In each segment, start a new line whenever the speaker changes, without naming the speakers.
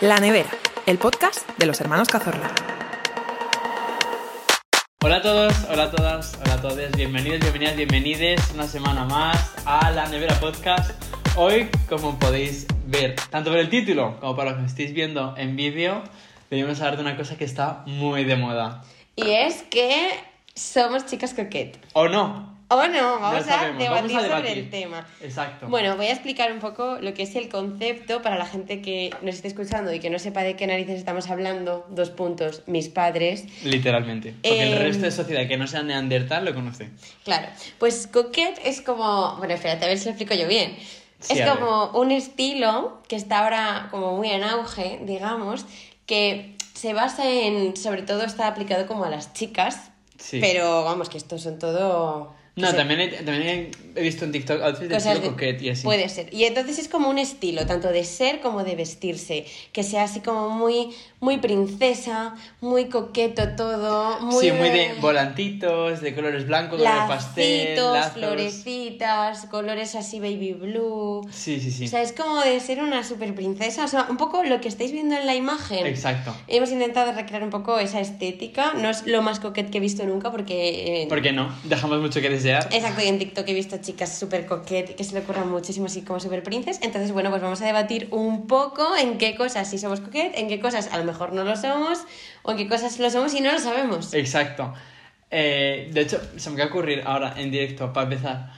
La Nevera, el podcast de los hermanos Cazorla.
Hola a todos, hola a todas, hola a todos, bienvenidos, bienvenidas, bienvenides una semana más a La Nevera Podcast. Hoy, como podéis ver, tanto por el título como para los que me estéis viendo en vídeo, debemos hablar de una cosa que está muy de moda.
Y es que somos chicas coquetas.
¿O no?
O no,
No
vamos, a,
sabemos,
debatir
vamos a debatir.
sobre el tema.
Exacto.
Bueno, voy a explicar un poco lo que es el concepto para la gente que nos esté escuchando y que no sepa de qué narices estamos hablando. Dos puntos, mis padres.
Literalmente. Porque el
Eh,
resto de sociedad que no sea neandertal lo conoce.
Claro, pues coquette es como, bueno, espérate, a ver si lo explico yo bien.
Sí,
es
a ver.
como un estilo que está ahora como muy en auge, digamos, que se basa en, sobre todo está aplicado como a las chicas,
Sí.
pero vamos, que estos son todo... que
No,
se-
también, he, también he visto en TikTok outfits de
cosas
estilo
de-
coquete y así.
Puede ser. Y entonces es como un estilo, tanto de ser como de vestirse, que sea así como muy, muy princesa, muy coqueto todo, muy... eh,
sí, muy de volantitos, de colores blancos, colores pastel,
lacitos,
lazos.
florecitas, colores así baby blue.
Sí, sí, sí.
O sea, es como de ser una super princesa, o sea, un poco lo que estáis viendo en la imagen.
Exacto.
Hemos intentado recrear un poco esa estética, no es lo más coquet que he visto nunca porque... eh,
¿Por qué no? Dejamos mucho que desear.
Exacto, y en TikTok he visto chicas súper coquetas que se le ocurran muchísimo así como súper princes. Entonces, bueno, pues vamos a debatir un poco en qué cosas sí somos coquet, en qué cosas a lo mejor no lo somos, o en qué cosas lo somos y no lo sabemos.
Exacto. Eh, de hecho, se me va a ocurrir ahora en directo para empezar.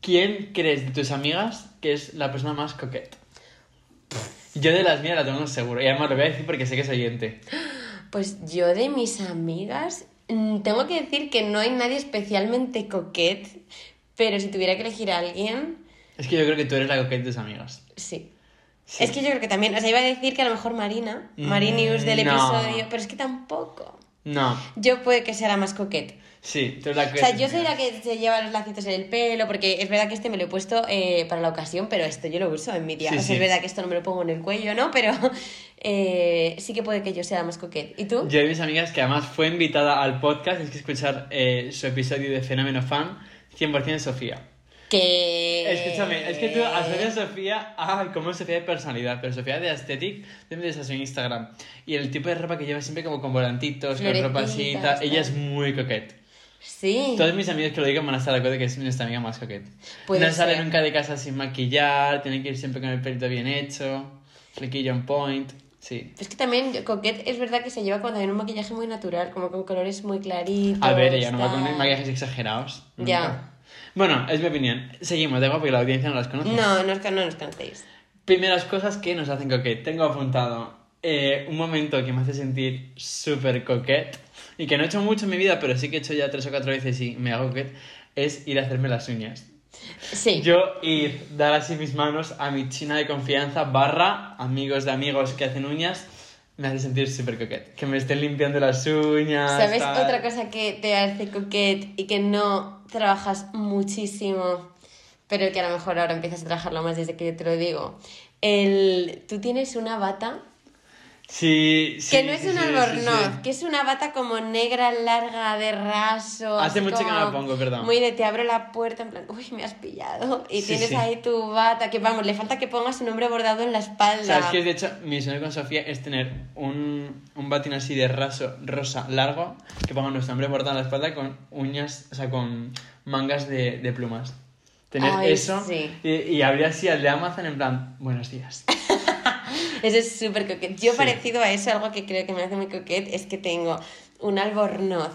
¿Quién crees de tus amigas que es la persona más coqueta? Yo de las mías la tengo seguro. Y además lo voy a decir porque sé que es oyente.
Pues yo de mis amigas, mm, tengo que decir que no hay nadie especialmente coquet, pero si tuviera que elegir a alguien,
Es que yo creo que tú eres la coqueta de tus amigas.
sí.
Sí.
Es que yo creo que también, o sea, iba a decir que a lo mejor Marina,
Mm,
Marinius del
no.
episodio, pero es que tampoco.
No,
Yo puede que sea la más coquet.
sí, tú eres la
O
coqueta.
sea,
de
yo
tus
soy la
amigas.
que se lleva los lacitos en el pelo, porque es verdad que este me lo he puesto eh, para la ocasión, pero esto yo lo uso en mi día.
Sí,
o sea,
sí.
es verdad que esto no me lo pongo en el cuello, ¿no? Pero eh, sí que puede que yo sea la más coquet. ¿Y tú?
Yo de mis amigas que además fue invitada al podcast, es que escuchar eh, su episodio de Fenómeno Fan, 100% Sofía.
Que...
Escúchame, es que tú asocias a Sofía a como Sofía de personalidad, pero Sofía de aesthetic, también de su Instagram. Y el tipo de ropa que lleva siempre como con volantitos, con ropa así y tal,
Florecitas,
Ella es
tal.
muy coqueta.
Sí.
Todos mis amigos que lo digan van a estar de acuerdo que es nuestra amiga más coqueta.
Puede
no sale
ser.
nunca de casa sin maquillar, tiene que ir siempre con el pelito bien hecho, flequillo on point, sí.
Es que también coquet es verdad que se lleva con también un maquillaje muy natural, como con colores muy claritos.
A ver, ella no va
tal.
con maquillajes exagerados. nunca.
Ya.
Bueno, es mi opinión. Seguimos, da igual porque la audiencia no las conoce.
No, no, os can- no nos cantéis.
Primeras cosas que nos hacen coquet. Tengo apuntado eh, un momento que me hace sentir súper coquet y que no he hecho mucho en mi vida, pero sí que he hecho ya tres o cuatro veces y me hago coquet, es ir a hacerme las uñas.
Sí.
Yo ir, dar así mis manos a mi china de confianza barra amigos de amigos que hacen uñas, me hace sentir súper coquet. Que me estén limpiando las uñas.
¿Sabes
tal.
otra cosa que te hace coquet y que no trabajas muchísimo, pero que a lo mejor ahora empiezas a trabajarlo más desde que yo te lo digo? El, tú tienes una bata
Sí, sí.
que no es
sí,
un
sí, sí,
albornoz,
sí.
que es una bata como negra, larga, de raso.
Hace
así
mucho que no
como
la pongo, perdón.
Muy de te abro la puerta en plan, uy, me has pillado. Y
Sí,
tienes
sí.
ahí tu bata, que vamos, le falta que pongas un hombre bordado en la espalda.
¿Sabes que De hecho, mi sueño con Sofía es tener un, un batín así de raso rosa largo que ponga nuestro hombre bordado en la espalda con uñas, o sea, con mangas de, de plumas. Tener
Ay,
eso
sí.
y, y abrir así al de Amazon en plan, buenos días.
Eso es súper coquet. Yo
Sí.
parecido a eso, algo que creo que me hace muy coquet es que tengo un albornoz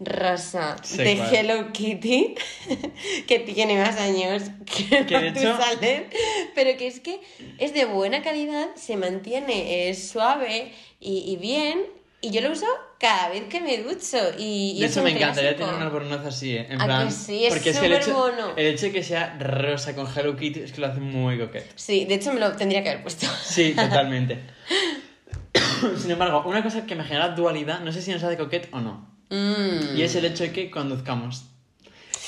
rosa
Sé
de
cuál.
Hello Kitty que tiene más años que
Que de hecho-
Matusalén, pero que es que es de buena calidad, se mantiene eh, suave y, y bien y yo lo uso cada vez que me ducho y, y
de
es
hecho,
un
me encantaría
clásico.
tener un albornoz así, eh, en
¿A
plan.
Ah, que sí? Es
porque es que el
súper
hecho,
mono.
el hecho de que sea rosa con Hello Kitty es que lo hace muy coqueto.
Sí, de hecho me lo tendría que haber puesto.
Sí, totalmente. Sin embargo, una cosa que me genera dualidad, no sé si nos hace coquet o no.
Mm.
Y es el hecho de que conduzcamos.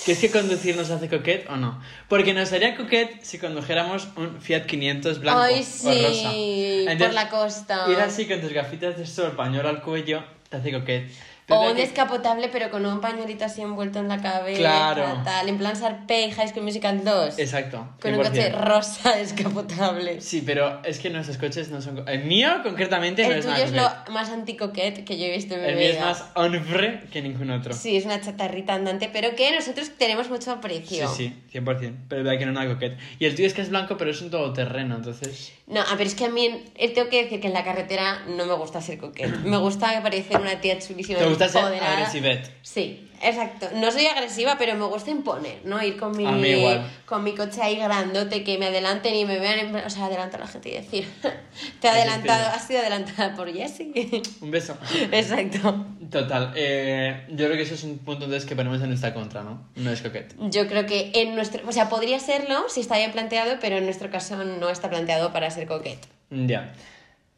¿Que es que conducir nos hace coquet o no? Porque nos haría coquet si condujéramos un Fiat 500 blanco
Ay,
o rosa.
sí, por la costa.
Ir así con tus gafitas de sol, pañuelo al cuello, te hace coquet.
O
Tendría
un
que-
descapotable, pero con un pañuelito así envuelto en la cabeza.
Claro.
Tal, en plan Sarpey, High School Musical 2.
Exacto.
Con un
100%.
coche rosa descapotable.
Sí, pero es que nuestros coches no son. co- El mío, concretamente, no
El
es
tuyo
nada.
es
coquet.
lo más anticoquet que yo he visto en mi
El mío
vida.
es más hombre que ningún otro.
Sí, es una chatarrita andante, pero que nosotros tenemos mucho
sí,
aprecio.
sí, 100%. Pero es verdad que no es nada coquet. Y el tuyo es que es blanco, pero es un todoterreno, entonces.
No, ah, pero es que a mí, en- eh, tengo que decir que en la carretera no me gusta ser coquet. Me gusta parecer una tía chulísima.
¿Te gusta ser
empoderada.
agresivete?
Sí, exacto. No soy agresiva, pero me gusta imponer, ¿no? Ir con mi,
A mí igual.
con mi coche ahí grandote, que me adelanten y me vean, en plan- o sea, adelantar a la gente y decir, te he adelantado,
Existido.
has sido adelantada por Jessie.
Un beso.
exacto.
Total, eh, yo creo que eso es un punto entonces que ponemos en nuestra contra, ¿no? No es coquet.
Yo creo que en nuestro, o sea, podría serlo si está bien planteado, pero en nuestro caso no está planteado para ser coquet.
Ya.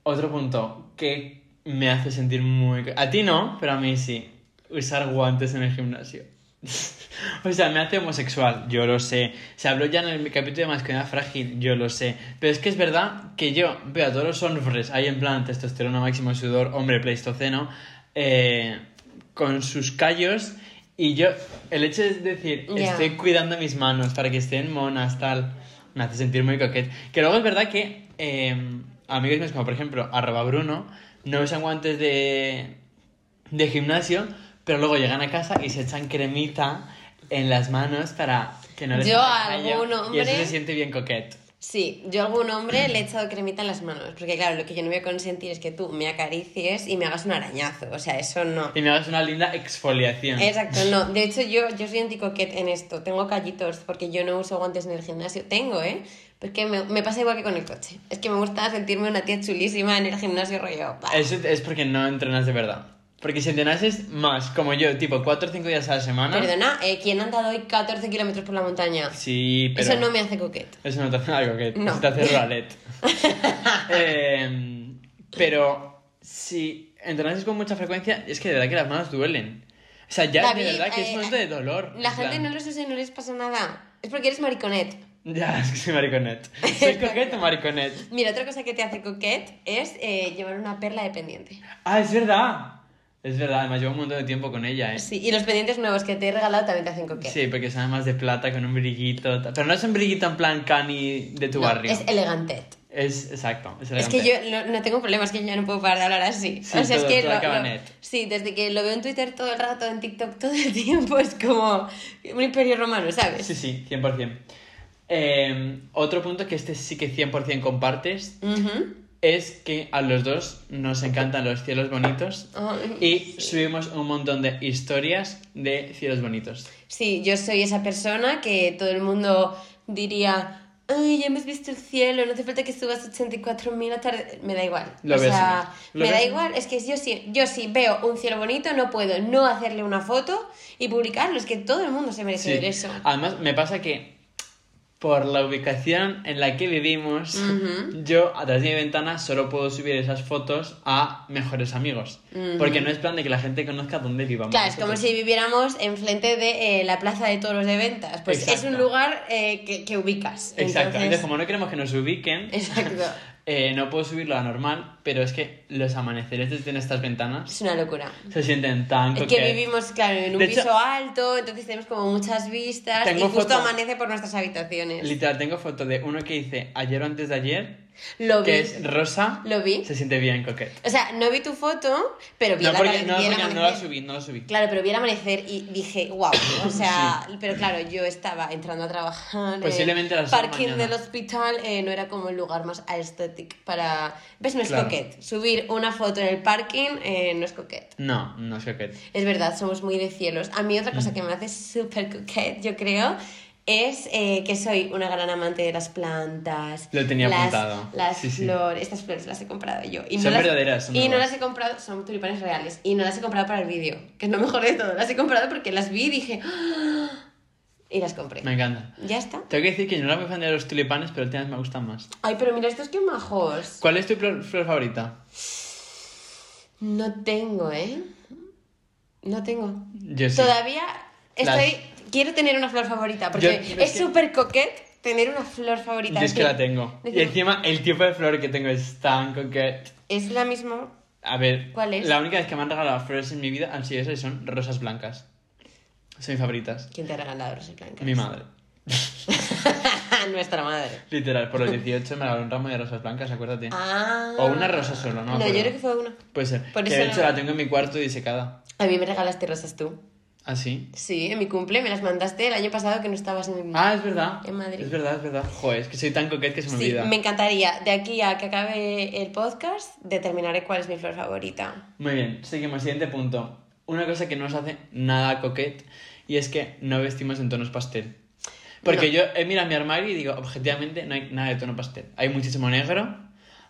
Otro punto que me hace sentir muy... co- A ti no, pero a mí sí. Usar guantes en el gimnasio. o sea, me hace homosexual, yo lo sé. Se habló ya en el capítulo de masculinidad frágil, yo lo sé. Pero es que es verdad que yo veo a todos los hombres ahí en plan testosterona máximo sudor, hombre pleistoceno, eh, con sus callos. Y yo, el hecho de decir,
Ya.
estoy cuidando mis manos para que estén monas, tal. Me hace sentir muy coquete. Que luego es verdad que eh, amigos míos, como por ejemplo, arroba Bruno, no usan guantes de, de gimnasio, pero luego llegan a casa y se echan cremita en las manos para que no les
Yo
haga
algún
callo. Y eso
hombre-
se siente bien coquete.
Sí, yo a algún hombre le he echado cremita en las manos, porque claro, lo que yo no voy a consentir es que tú me acaricies y me hagas un arañazo, o sea, eso no.
Y me hagas una linda exfoliación.
Exacto, no. De hecho, yo, yo soy anticoquet en esto, tengo callitos, porque yo no uso guantes en el gimnasio, tengo, ¿eh? Porque me, me pasa igual que con el coche, es que me gusta sentirme una tía chulísima en el gimnasio rollo. pa.
Eso es porque no entrenas de verdad. Porque si entrenases más, como yo, tipo 4 o 5 días a la semana.
Perdona, eh, ¿quién ha andado hoy 14 kilómetros por la montaña?
Sí, pero.
Eso no me hace coquet.
Eso no te hace algo que
No.
te hace ralet. Eh, pero si entrenas con mucha frecuencia, es que de verdad que las manos duelen. O sea, ya
David,
de verdad que es
eh,
un momento de dolor.
La
en
gente
plan-
no los usa y no les pasa nada. Es porque eres mariconet.
Ya, es que soy mariconet. Soy coqueto mariconet.
Mira, otra cosa que te hace coquet es eh, llevar una perla de pendiente.
Ah, es verdad. Es verdad, además llevo un montón de tiempo con ella, ¿eh?
Sí, y los pendientes nuevos que te he regalado también te hacen coquet.
Sí, porque son además de plata con un brillito. ta- Pero no es un brillito en plan cani de tu
No,
barrio.
es elegantet.
Es- exacto. Es,
Es que
elegante.
yo lo- no tengo problemas, que yo ya no puedo parar de hablar así.
Sí,
o sea,
todo-
es que
todo
lo-
acaba
lo-
net.
sí, desde que lo veo en Twitter todo el rato, en TikTok todo el tiempo, es como un imperio romano, ¿sabes?
Sí, sí, 100%. Eh, otro punto que este sí que 100% compartes
Ujú.
es que a los dos nos encantan los cielos bonitos
Ay,
y subimos un montón de historias de cielos bonitos.
Sí, yo soy esa persona que todo el mundo diría, ay, ya hemos visto el cielo, no hace falta que subas 84.000 tarde. Me da igual.
Lo
o
ves más.
sea,
Lo
me da
ves-
igual, es que yo sí, yo sí veo un cielo bonito, no puedo no hacerle una foto y publicarlo, es que todo el mundo se merece ver eso.
Además, me pasa que por la ubicación en la que vivimos, yo a través de mi ventana solo puedo subir esas fotos a mejores amigos. Porque no es plan de que la gente conozca dónde vivamos.
Claro, es como
nosotros.
si viviéramos enfrente de eh, la plaza de toros de ventas. Pues es un
Exacto.
lugar eh, que, que ubicas.
Exacto, entonces
Entonces-
como no queremos que nos ubiquen,
Exacto.
eh, no puedo subirlo a normal, pero es que los amaneceres desde estas ventanas
Es una locura.
se sienten tan
Es que
coquetes.
vivimos, claro, en un
De
piso
hecho-
alto, entonces tenemos como muchas vistas
Tengo
y justo
foto.
amanece por nuestras habitaciones.
Literal, tengo foto de uno que hice ayer o antes de ayer,
Lo vi.
que es rosa,
Lo vi.
se siente bien coquete.
O sea, no vi tu foto, pero vi,
No,
el
porque,
amane-
no,
vi el
porque no la
amanecer.
subí, no la subí.
Claro, pero vi el amanecer y dije, wow. O sea, pero claro, yo estaba entrando a trabajar. eh,
Posiblemente a las
Parking
mañana.
del hospital eh, no era como el lugar más aesthetic para. ¿Ves? No es
Claro.
coquet. Subir una foto en el parking eh, no es coquet.
No, no es coquete.
Es verdad, somos muy de cielos. A mí otra cosa
Mm.
que me hace súper coquette, yo creo, es eh, que soy una gran amante de las plantas.
Lo tenía
las,
apuntado.
Las
Sí, sí.
flores, estas flores las he comprado yo. Y
Son
las,
verdaderas, son
Y no
nuevas.
las he comprado, son tulipanes reales. Y no las he comprado para el vídeo, que es lo mejor de todo. Las he comprado porque las vi y dije... "Ah", Y las compré.
Me encanta.
Ya está.
Tengo que decir que yo no era muy fan de los tulipanes, pero últimamente me gustan más.
Ay, pero mira estos que majos.
¿Cuál es tu flor, flor favorita?
No tengo, ¿eh? No tengo.
Yo sí.
Todavía
Las-
estoy. Quiero tener una flor favorita, porque
Yo- es
es
que-
súper coquet tener una flor favorita.
Yo es que la tengo. Y
decimos-
encima el tipo de flor que tengo es tan coquete.
Es la misma
A ver,
¿Cuál es?
la única vez que me han regalado flores en mi vida han sido esas y son rosas blancas. Son mis favoritas.
¿Quién te ha regalado rosas blancas?
Mi madre.
Nuestra madre.
Literal, por los 18 me regaló un ramo de rosas blancas, acuérdate.
Ah.
O una rosa solo, no me
No, yo
acuerdo.
creo que fue una.
Puede ser.
Por
que
eso
de
no-
hecho la tengo en mi cuarto disecada.
A mí me regalaste rosas tú.
¿Ah, sí?
Sí, en mi cumple me las mandaste el año pasado que no estabas en.
Ah, es verdad.
En Madrid.
Es verdad, es verdad. Joder, es que soy tan coquete que se me
sí,
olvida.
me encantaría de aquí a que acabe el podcast determinaré cuál es mi flor favorita.
Muy bien, seguimos. Siguiente punto. Una cosa que no nos hace nada coquete y es que no vestimos en tonos pastel. Porque
No.
yo he mirado mi armario y digo, objetivamente no hay nada de tono pastel. Hay muchísimo negro,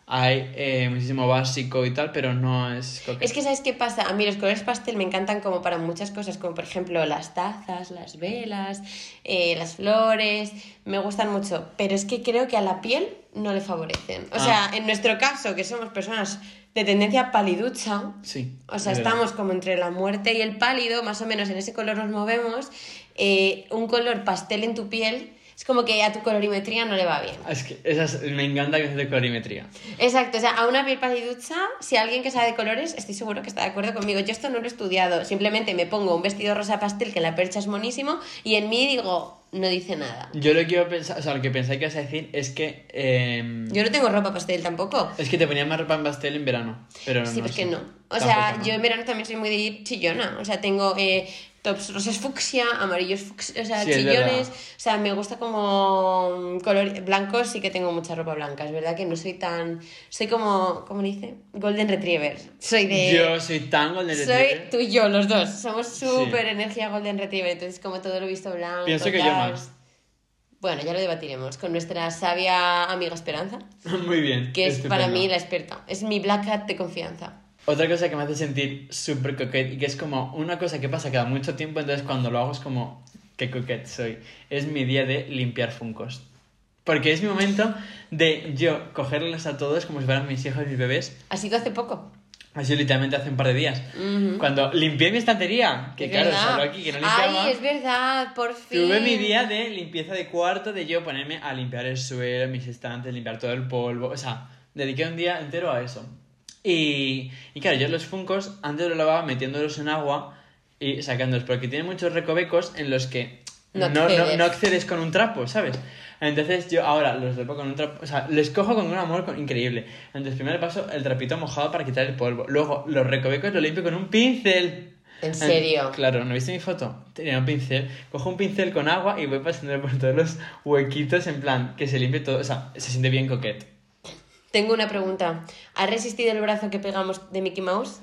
hay eh, muchísimo básico y tal, pero no es coquete.
Es que, ¿sabes qué pasa? A mí los colores pastel me encantan como para muchas cosas, como por ejemplo las tazas, las velas, eh, las flores, me gustan mucho, pero es que creo que a la piel no le favorecen. O
Ah.
sea, en nuestro caso, que somos personas de tendencia paliducha,
Sí.
o sea,
es verdad.
estamos como entre la muerte y el pálido, más o menos en ese color nos movemos, eh, un color pastel en tu piel es como que a tu colorimetría no le va bien.
Es que esas, me encanta que es de colorimetría.
Exacto, o sea, a una piel paliducha, si alguien que sabe de colores, estoy seguro que está de acuerdo conmigo. Yo esto no lo he estudiado, simplemente me pongo un vestido rosa pastel que en la percha es monísimo y en mí digo, no dice nada.
Yo lo que iba a pensar, o sea, lo que pensé que ibas a decir es que. em,
Yo no tengo ropa pastel tampoco.
Es que te ponías más ropa en pastel en verano. Pero
Sí,
no
porque
sé.
no. O sea,
Tampoco, ¿no?
yo en verano también soy muy de ir chillona. O sea, tengo eh, tops rosas fucsia, amarillos fucsia, o sea,
Sí, es
chillones.
verdad.
O sea, me gusta como mm, color blancos, sí que tengo mucha ropa blanca. Es verdad que no soy tan. Soy como. ¿Cómo le dice? Golden Retriever. Soy de.
Yo soy tan golden
Soy
retriever.
tú y yo, los dos. Somos súper energía Golden Retriever, entonces como todo lo visto blanco.
Pienso que
tal.
yo más.
Bueno, ya lo debatiremos con nuestra sabia amiga Esperanza,
Muy bien.
que es para
estupendo.
mí la experta. Es mi black hat de confianza.
Otra cosa que me hace sentir súper coquete y que es como una cosa que pasa cada mucho tiempo, entonces cuando lo hago es como, qué coquete soy. Es mi día de limpiar funcos. Porque es mi momento de yo cogerles a todos como si fueran mis hijos y mis bebés.
Ha sido hace poco.
Así literalmente hace un par de días.
Ujú.
Cuando limpié mi estantería, que
Mm. Es
claro,
verdad.
solo aquí que no limpiaba.
Ay, es verdad, por fin.
Tuve mi día de limpieza de cuarto, de yo ponerme a limpiar el suelo, mis estantes, limpiar todo el polvo. O sea, dediqué un día entero a eso. Y, y claro, yo los funcos antes los lavaba metiéndolos en agua y sacándolos, porque tienen muchos recovecos en los que
No
no, no,
accedes.
no accedes con un trapo, ¿sabes? Entonces yo ahora los dopo con un trapo, o sea, les cojo con un amor con- increíble. Entonces primero paso el trapito mojado para quitar el polvo, luego los recovecos los limpio con un pincel.
En serio.
Claro, ¿no viste mi foto? Tenía un pincel. Cojo un pincel con agua y voy pasando por todos los huequitos en plan que se limpie todo. O sea, se siente bien coquete.
Tengo una pregunta. ¿Ha resistido el brazo que pegamos de Mickey Mouse?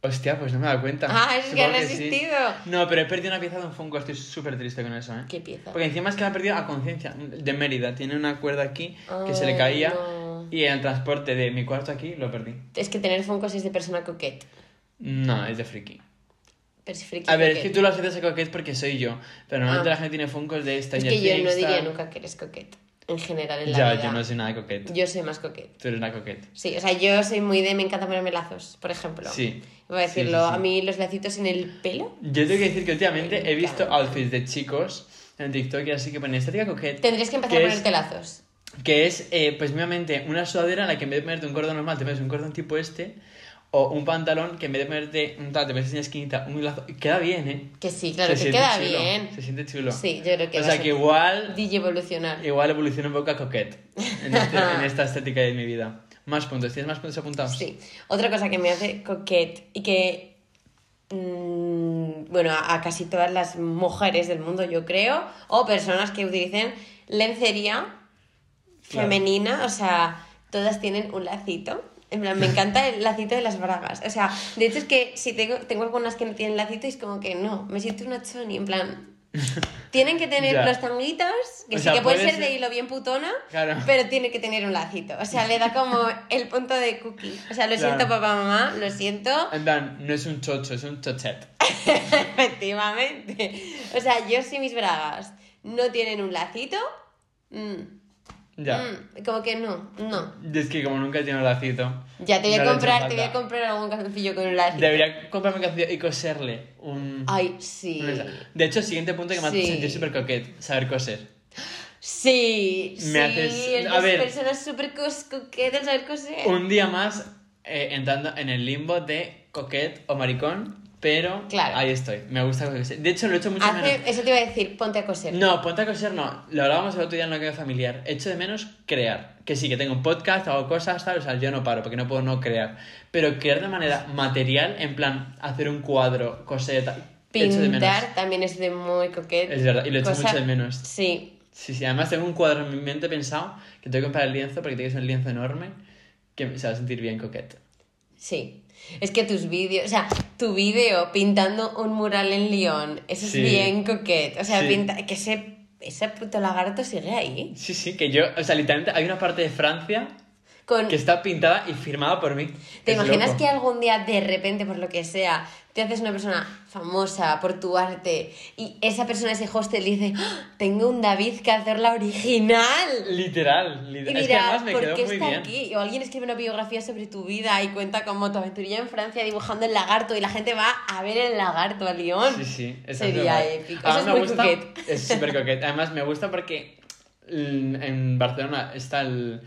Hostia, pues no me he dado cuenta.
Ah, es que
Supongo
has
sí.
resistido.
No, pero he perdido una pieza de un Funko. Estoy súper triste con eso, ¿eh?
¿Qué pieza?
Porque encima es que la ha perdido a conciencia. De Mérida. Tiene una cuerda aquí que se
Ay,
le caía.
no.
Y en el transporte de mi cuarto aquí lo perdí.
Es que tener Funko es de persona coquete.
No, es de friki.
Pero es friki
A ver, es
coquete.
que tú lo haces de coquete porque soy yo. Pero normalmente
Ah.
la gente tiene Funkos de
Es
Stranger
que yo no
Things,
diría
tal.
nunca que eres coquete. En general, en la
Ya,
vida.
yo no soy nada coquete.
Yo soy más coquete.
Tú eres una coquete.
Sí, o sea, yo soy muy de me encanta ponerme lazos, por ejemplo.
Sí.
Voy a
Sí, sí,
decirlo,
sí.
a mí los lacitos en el pelo.
Yo tengo que decir que últimamente
Me
he visto
encanta.
outfits de chicos en TikTok y así que ponen estética coquete.
Tendrías que empezar a
que es-
ponerte lazos.
Que es, eh, pues mismamente, una sudadera en la que en vez de ponerte un cordón normal te pones un cordón tipo este. O un pantalón que en vez de ponerte un tal te pones una esquinita, un lazo. y Queda bien, ¿eh?
Que sí, claro,
Se
que
siente
queda
chulo,
bien.
Se siente chulo.
Sí, yo creo que
O
va a
sea que
ser-
igual,
DJ evolucionar.
igual evoluciona un poco a coquete en, este- en esta estética de mi vida. Más puntos, ¿tienes más puntos apuntados?
Sí. Otra cosa que me hace coquete y que. mm, bueno, a, a casi todas las mujeres del mundo, yo creo, o personas que utilicen lencería
Claro.
femenina, o sea, todas tienen un lacito. En plan, me encanta el lacito de las bragas. O sea, de hecho es que si tengo, tengo algunas que no tienen lacito y es como que no, me siento una choni, en plan. Tienen que tener
Ya.
los tanguitos, que
O
sí
sea,
que puede
puede
ser, de
ser-
hilo bien putona,
Claro.
pero tiene que tener un lacito. O sea, le da como el punto de cookie. O sea, lo
Claro.
siento papá, mamá, lo siento.
En plan, no es un chocho, es un chochet.
Efectivamente. O sea, yo si mis bragas no tienen un lacito, mm,
Ya.
mm, como que no, no.
Y es que como nunca tiene un lacito.
Ya te voy
no
a
le he hecho
comprar, te voy a
falta.
comprar algún calzoncillo con un lacito.
Debería comprarme un calzoncillo y coserle un.
Ay, sí.
un- De hecho, siguiente punto que me
Sí.
hace sentir súper coquete, saber coser.
Sí,
Me
sí.
haces-
es
a
las
ver.
personas súper cos- coquetas saber coser.
Un día más eh, entrando en el limbo de coquet o maricón, pero
Claro.
ahí estoy. Me gusta coser. De hecho, lo he hecho mucho de menos.
Hace, eso te iba a decir, ponte a coser.
No, ponte a coser no. Lo hablábamos el otro día en la queda familiar. Echo de menos crear. Que sí, que tengo un podcast, hago cosas, tal. O sea, yo no paro porque no puedo no crear. Pero crear de manera material, en plan, hacer un cuadro, coser, tal. Echo de menos.
Pintar también es de muy coquete.
Es verdad, y lo echo mucho de menos.
Sí,
Sí, sí, además tengo un cuadro en mi mente pensado que tengo que comprar el lienzo porque tiene que ser un lienzo enorme que se va a sentir bien coquete.
sí. Es que tus vídeos, o sea, tu vídeo pintando un mural en Lyon, eso
Sí.
es bien coquete. O sea,
Sí.
pinta- que ese, ese puto lagarto sigue ahí.
Sí, sí, que yo, o sea, literalmente hay una parte de Francia
Con,
que está pintada y firmada por mí.
¿Te
Es
imaginas
loco.
que algún día de repente, por lo que sea, te haces una persona famosa por tu arte y esa persona, ese hostel, dice, "¡Ah! tengo un David que hacer la original?
Literal,
Y
literal. Es que
dirás,
además me
¿por
quedó
qué
muy
está
bien.
aquí? O alguien escribe una biografía sobre tu vida y cuenta como tu aventurilla en Francia dibujando el lagarto y la gente va a ver el lagarto a Lyon.
Sí, sí. esa es
Sería
verdad.
épico.
Además,
Eso es
me
muy
gusta-
coquet.
Es súper coquet. Además, me gusta porque mm, en Barcelona está el,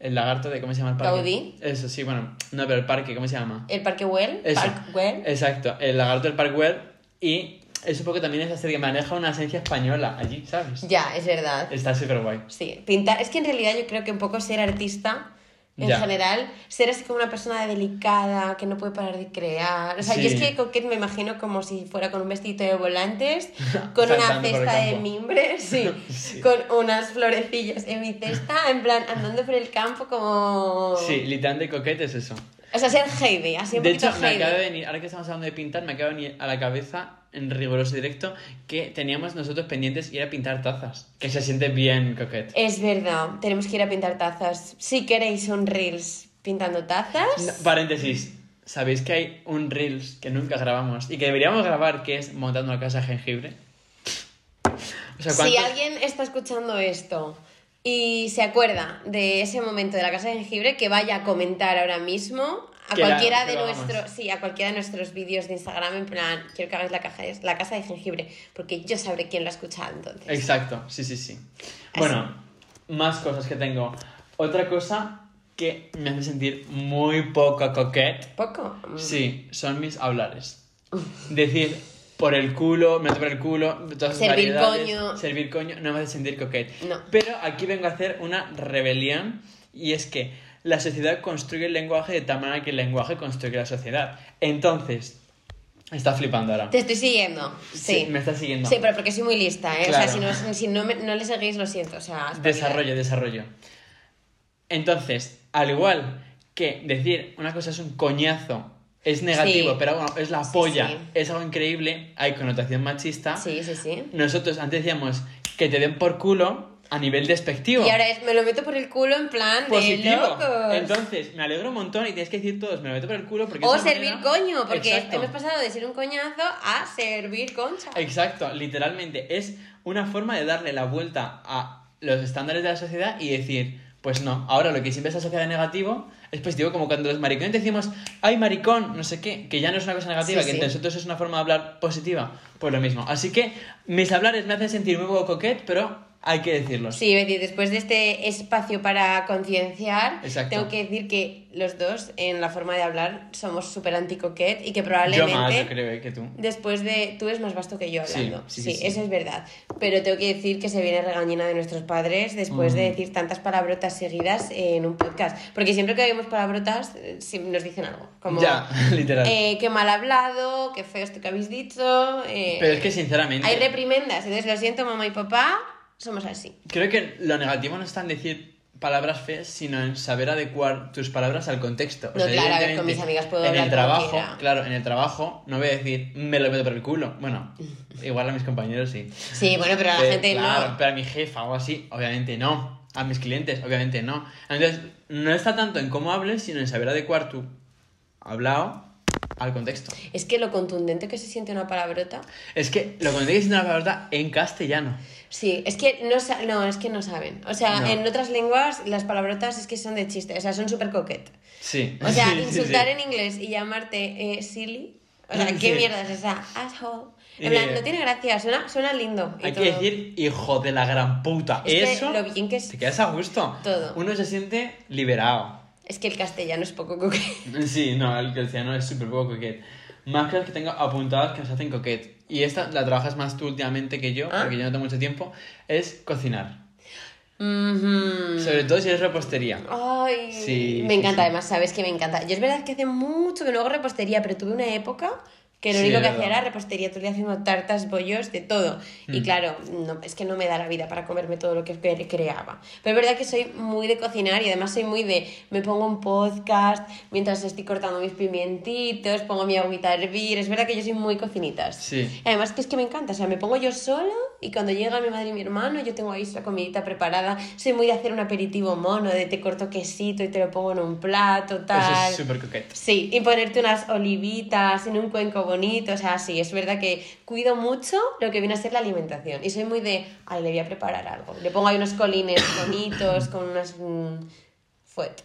el lagarto de. ¿Cómo se llama el parque?
Gaudí.
Eso, sí, bueno. No, pero el parque, ¿cómo se llama?
El Parque Well,
Eso.
Park Güell.
Exacto, el lagarto del Park Güell y es un poco también es hacer que maneja una esencia española allí, ¿sabes?
Ya, es verdad.
Está súper guay.
Sí, pintar. Es que en realidad yo creo que un poco ser artista en
Ya.
general, ser así como una persona delicada que no puede parar de crear. O sea,
Sí.
yo es que Coquette me imagino como si fuera con un vestidito de volantes, con una
Saltando por el
cesta de
campo.
mimbre, sí,
Sí.
con unas florecillas en mi cesta, en plan andando por el campo como.
Sí, literalmente coquete es eso.
O sea, ser Heidi, así un
De
poquito
hecho, me
Heidi.
acaba de venir, ahora que estamos hablando de pintar, me acaba de venir a la cabeza en riguroso directo que teníamos nosotros pendientes ir a pintar tazas, que se siente bien coquete.
Es verdad, tenemos que ir a pintar tazas. Si queréis un reels pintando tazas.
No, paréntesis. ¿Sabéis que hay un Reels que nunca grabamos y que deberíamos grabar, que es montando una casa de jengibre? O sea,
Si
¿cuántos-
alguien está escuchando esto y se acuerda de ese momento de la casa de jengibre, que vaya a comentar ahora mismo a
Que la-
cualquiera
que
de
lo hagamos.
nuestros, sí, a cualquiera de nuestros vídeos de Instagram en plan, quiero que hagáis la, caja de- la casa de jengibre, porque yo sabré quién lo ha escuchado entonces.
Exacto, sí, sí, sí. Bueno, más cosas que tengo. Otra cosa que me hace sentir muy poco coquet,
Poco. Mm.
sí, son mis hablares. Decir por el culo, me por el culo, todas esas
Servir
variedades,
coño.
Servir coño, no me hace sentir coquet.
No.
Pero aquí vengo a hacer una rebelión y es que la sociedad construye el lenguaje de tal manera que el lenguaje construye la sociedad. Entonces, está flipando ahora.
Te estoy siguiendo. Sí.
me está siguiendo.
Sí, pero porque soy muy lista, ¿eh? O
Claro.
sea, si no, si no, me- no le seguís, lo siento. O sea, espabilad.
Desarrollo, desarrollo. Entonces, al igual que decir una cosa es un coñazo, es negativo,
Sí.
pero bueno, es la
Sí,
polla,
sí.
es algo increíble, hay connotación machista.
Sí, sí, sí.
Nosotros antes decíamos que te den por culo a nivel despectivo.
Y ahora es, me lo meto por el culo en plan de
positivo.
locos.
Entonces, me alegro un montón y tienes que decir todos, me lo meto por el culo porque...
O
es una
servir
manera-
coño, porque
Exacto.
hemos pasado de ser un coñazo a servir concha.
Exacto, literalmente. Es una forma de darle la vuelta a los estándares de la sociedad y decir, pues no, ahora lo que siempre se asocia de negativo es positivo, como cuando los maricones decimos, ay maricón, no sé qué, que ya no es una cosa negativa,
Sí,
que
sí.
entre nosotros es una forma de hablar positiva. Pues lo mismo. Así que mis hablares me hacen sentir muy poco coquet, pero hay que decirlos.
Sí, Betty, después de este espacio para concienciar,
Exacto.
tengo que decir que los dos, en la forma de hablar, somos súper anti-coquet y que
yo más, yo
probablemente
creo eh, que tú.
después de. Tú eres más vasto que yo
Sí,
hablando.
sí, sí, sí.
eso es verdad. Pero tengo que decir que se viene regañina de nuestros padres después de
Mm.
decir tantas palabrotas seguidas en un podcast. Porque siempre que oímos palabrotas, eh, sí- nos dicen algo. Como.
Ya, literal.
eh, qué mal hablado, qué feo esto que habéis dicho. eh,
pero es que sinceramente...
Hay reprimendas, entonces lo siento, mamá y papá, somos así.
Creo que lo negativo no está en decir palabras feas, sino en saber adecuar tus palabras al contexto. O
No, claro, a ver, con
evidentemente,
mis amigas puedo
En
hablar
el
como
trabajo,
quiera.
claro, en el trabajo no voy a decir me lo meto por el culo. Bueno, igual a mis compañeros sí.
Sí, bueno, pero a la
Pero,
gente
claro,
no.
Pero a mi jefa o así, obviamente no. A mis clientes, obviamente no. Entonces, no está tanto en cómo hables, sino en saber adecuar tu hablado al contexto.
Es que lo contundente que se siente una palabrota.
Es que lo que es una palabra en castellano.
Sí, es que no, sa- no, es que no saben. O sea,
No.
en otras lenguas las palabrotas es que son de chiste, o sea, son súper coquet.
Sí.
O sea,
Sí, sí, sí.
insultar en inglés y llamarte eh, silly. O sea, ¿qué
Sí.
mierda es esa? Asshole. En plan,
Eh,
no tiene gracia, suena, suena lindo. y
Hay
todo.
que decir hijo de la gran puta.
Es que
Eso
lo bien que es-
te quedas a gusto.
Todo.
Uno se siente liberado.
Es que el castellano es poco coquete.
Sí, no, el castellano es súper poco coquet. Más que las que tengo apuntadas que nos hacen coquet. Y esta la trabajas más tú últimamente que yo,
Ah.
porque yo no tengo mucho tiempo, es cocinar.
Mhm.
Sobre todo si es repostería.
Ay,
Sí,
me
sí,
encanta,
sí.
además, sabes que me encanta. Yo es verdad que hace mucho que no hago repostería, pero tuve una época que lo
Sí,
único
es
que
verdad.
hacía era repostería, todo el día haciendo tartas, bollos, de todo.
Mm.
Y claro, no, es que no me da la vida para comerme todo lo que cre- creaba. Pero es verdad que soy muy de cocinar y además soy muy de, me pongo un podcast mientras estoy cortando mis pimientitos, pongo mi agüita a hervir, es verdad que yo soy muy cocinitas.
Sí.
Y Además que es que me encanta, o sea, me pongo yo sola y cuando llega mi madre y mi hermano, yo tengo ahí la comidita preparada. Soy muy de hacer un aperitivo mono, de te corto quesito y te lo pongo en un plato,
Eso
tal.
es súper coquet.
Sí, y ponerte unas olivitas en un cuenco bonito, o sea, sí, es verdad que cuido mucho lo que viene a ser la alimentación. Y soy muy de, ay, le voy a preparar algo. Le pongo ahí unos colines bonitos con unas... mm, fuet.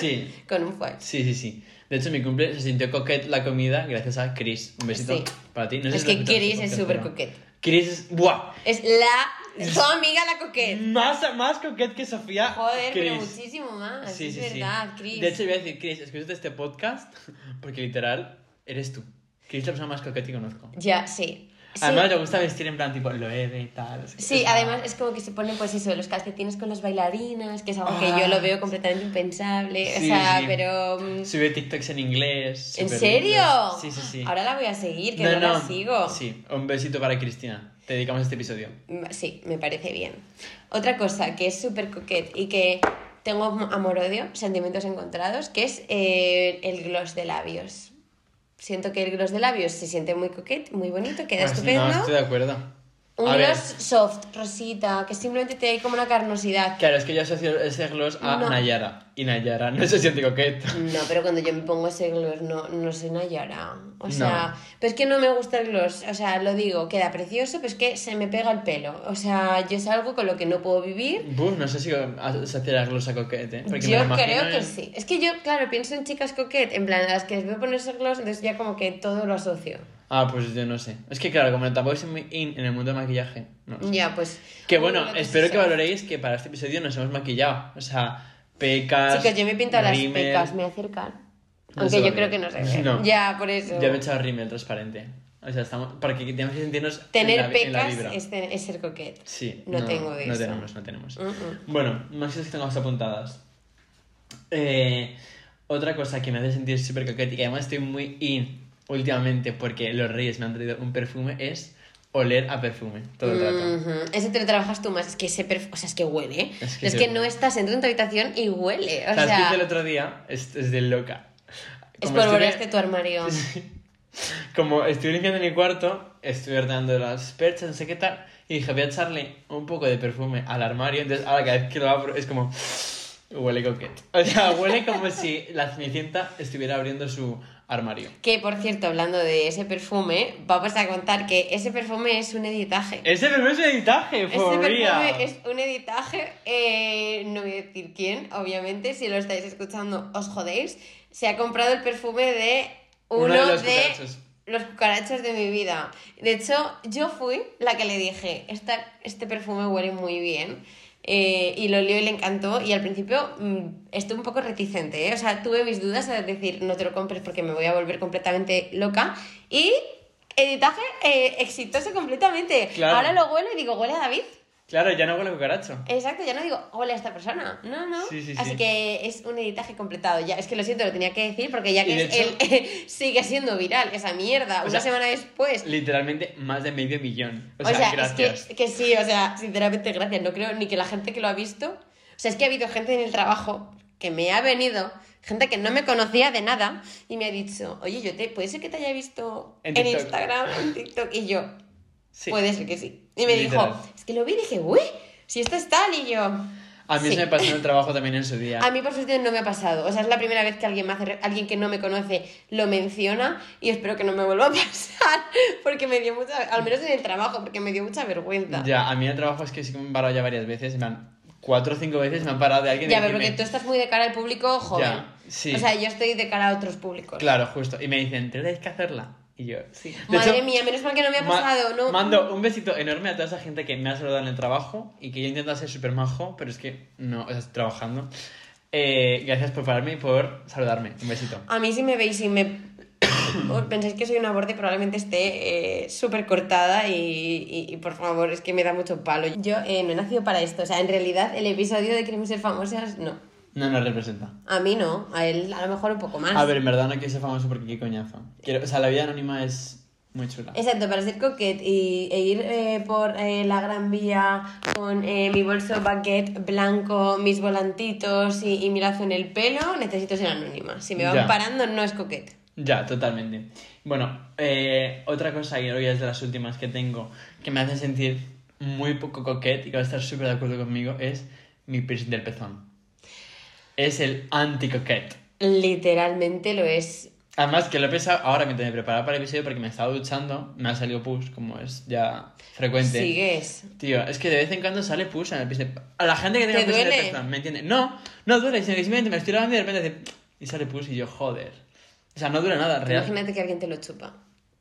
Sí.
con un fuet.
Sí, sí, sí. De hecho, en mi cumple se sintió coquet la comida gracias a Chris. Un besito
Sí.
para ti. No sé
Es
si
que
lo escuchaste,
Chris es
porque
súper
espero.
coquet.
Chris es... ¡Buah!
Es la... Tu amiga la coquet.
Más, más coquet que Sofía.
Joder, pero
Chris.
muchísimo más.
Sí,
es
sí, sí.
verdad, Chris.
De hecho, voy a decir, Chris, escúchate este podcast porque literal eres tú. Chris es la persona más coqueta que conozco.
Ya, sí. Sí,
Además, le gusta vestir en plan tipo loewe y tal. así que-
sí, además es como que se ponen pues eso, los calcetines con las bailarinas, que es algo que
Ah.
yo lo veo completamente impensable.
Sí,
o sea,
sí.
pero... mm,
Sube TikToks en inglés.
¿En
súper
serio?
lindos. Sí, sí, sí.
Ahora la voy a seguir, que no, la sigo.
Sí, un besito para Cristina. Te dedicamos este episodio.
Mm, Sí, me parece bien. Otra cosa que es súper coquet y que tengo amor-odio, sentimientos encontrados, que es eh, el gloss de labios. Siento que el gloss de labios se siente muy coquet, muy bonito, queda
Pues
estupendo.
No, estoy de acuerdo.
Un
a ver,
gloss soft, rosita, que simplemente te da como una carnosidad.
claro, es que yo asocio ese gloss a
No.
Nayara. Y Nayara no se siente coqueta.
No, pero cuando yo me pongo ese gloss no, no soy Nayara. O sea, pero es que no me gusta el gloss. O sea, lo digo, queda precioso, pero es que se me pega el pelo. O sea, yo es algo con lo que no puedo vivir.
Buf, no sé si asociar el gloss a coquete. ¿eh? Porque
yo
me lo imagino
creo que
en-
sí. Es que yo, claro, pienso en chicas coquet, en plan, a las que les veo ponerse el gloss, entonces ya como que todo lo asocio.
Ah, pues yo no sé. Es que claro, como tampoco soy muy in en el mundo del maquillaje. No. sé.
Ya, pues.
Que
un
bueno,
gloss
espero que
soft.
valoréis que para este episodio nos hemos maquillado. O sea, pecas.
Chicos, yo me he pintado las
rímel.
pecas, me acercan.
No
Aunque
se
yo
vale.
creo que no se ve.
No.
Ya, por eso.
Yo me he echado rímel transparente. O sea, estamos. Para que tenemos que sentirnos. en
Tener
la vi- en la
pecas
vibra.
es, ten- es ser coquet.
Sí.
No tengo de
No
eso.
tenemos, no tenemos.
Mm-mm.
Bueno, más cosas que tengo apuntadas. Eh, otra cosa que me hace sentir súper coqueta y que además estoy muy in últimamente porque los reyes me han traído un perfume es oler a perfume todo
Mm.
el rato.
Ujú. Ese te lo trabajas tú más. Es que ese perf- O sea, es que huele. ¿eh?
Es
Es
que
que,
se-
no estás dentro de tu habitación y huele. O
¿Sabes qué
sea,
hice el otro día? Es, es de loca. Como
espolvoreaste
estuve-
tu armario.
Como estoy limpiando mi cuarto, estoy ordenando las perchas, no sé qué tal, y dije, voy a echarle un poco de perfume al armario, entonces ahora cada vez que lo abro es como... Huele coquet. O sea, huele como si la Cenicienta estuviera abriendo su armario.
Que, por cierto, hablando de ese perfume, vamos a contar que ese perfume es un editaje.
Ese perfume es un editaje,
Ese
for real.
perfume es un editaje, eh, no voy a decir quién, obviamente, si lo estáis escuchando os jodéis. Se ha comprado el perfume de uno,
Uno de los
de
cucarachos.
los cucarachos de mi vida. De hecho, yo fui la que le dije, "Esta- este perfume huele muy bien. eh, y lo olió y le encantó y al principio mm, estuve un poco reticente, ¿eh? o sea, tuve mis dudas de decir no te lo compres porque me voy a volver completamente loca y editaje eh, exitoso completamente.
Claro.
Ahora lo huele y digo, huele a David.
Claro, ya no huele a cucaracho.
Exacto, ya no digo, huele a esta persona. No, no.
Sí, sí,
Así
sí.
que es un editaje completado. Ya, es que lo siento, lo tenía que decir porque ya
Y
que
de
es
hecho-
él sigue siendo viral, esa mierda, una
sea,
semana después.
Literalmente más de medio millón. O sea, gracias.
es que, que sí, o sea, sinceramente gracias. No creo ni que la gente que lo ha visto. O sea, es que ha habido gente en el trabajo que me ha venido, gente que no me conocía de nada, y me ha dicho, oye, yo te, puede ser que te haya visto
En
en,
TikTok.
Instagram, en TikTok, y yo,
Sí.
puede ser que sí. Y me
Literal.
dijo, es que lo vi y dije, uy, si esto es tal, y yo.
A mí
sí.
se me pasó en el trabajo también en su día.
A mí, por suerte, no me ha pasado. O sea, es la primera vez que alguien, me hace re- alguien que no me conoce lo menciona y espero que no me vuelva a pasar porque me dio mucha... Al menos en el trabajo, porque me dio mucha vergüenza. Ya,
Ya, a mí en el trabajo es que sí que me han parado ya varias veces. en plan, cuatro o cinco veces me han parado de alguien. y
pero
me-
porque tú estás muy de cara al público joven.
Ya, sí.
O sea, yo estoy de cara a otros públicos.
Claro, justo. Y me dicen, ¿tenéis que hacerla? Y yo, sí. De
Madre
hecho,
mía, menos mal que no me ha
ma-
pasado, ¿no?
Mando un besito enorme a toda esa gente que me ha saludado en el trabajo y que yo intento ser súper majo, pero es que no, o sea, trabajando. Eh, gracias por pararme y por saludarme. Un besito.
A mí si me veis y me os pensáis que soy una borde, probablemente esté eh, súper cortada y, y- y, por favor, es que me da mucho palo. Yo eh, no he nacido para esto, o sea, en realidad el episodio de Queremos ser famosas, no.
No nos representa.
A mí no, a él a lo mejor un poco más.
A ver, en verdad no quiero ser famoso porque qué coñazo. Quiero- o sea, la vida anónima es muy chula.
Exacto, para ser coquette y, e ir eh, por eh, la Gran Vía con eh, mi bolso baguette blanco, mis volantitos y, y mi lazo en el pelo, necesito ser anónima. Si me van
Ya.
parando, no es coquette.
Ya, totalmente. Bueno, eh, otra cosa que hoy es de las últimas que tengo que me hace sentir muy poco coquete y que va a estar súper de acuerdo conmigo es mi piercing del pezón. Es el anti-coquete.
Literalmente lo es.
Además, que lo he pensado ahora mientras me preparaba para el episodio porque me estaba duchando, me ha salido pus, como es ya frecuente.
Sigues.
Tío, es que de vez en cuando sale pus en el piercing. A la gente que tiene
¿Te
un piercing del
duele?
pezón, ¿me entiendes? No, no duele, sino que simplemente me estoy lavando y de repente hace y sale pus y yo, joder. O sea, no dura nada, realmente.
Imagínate que alguien te lo chupa.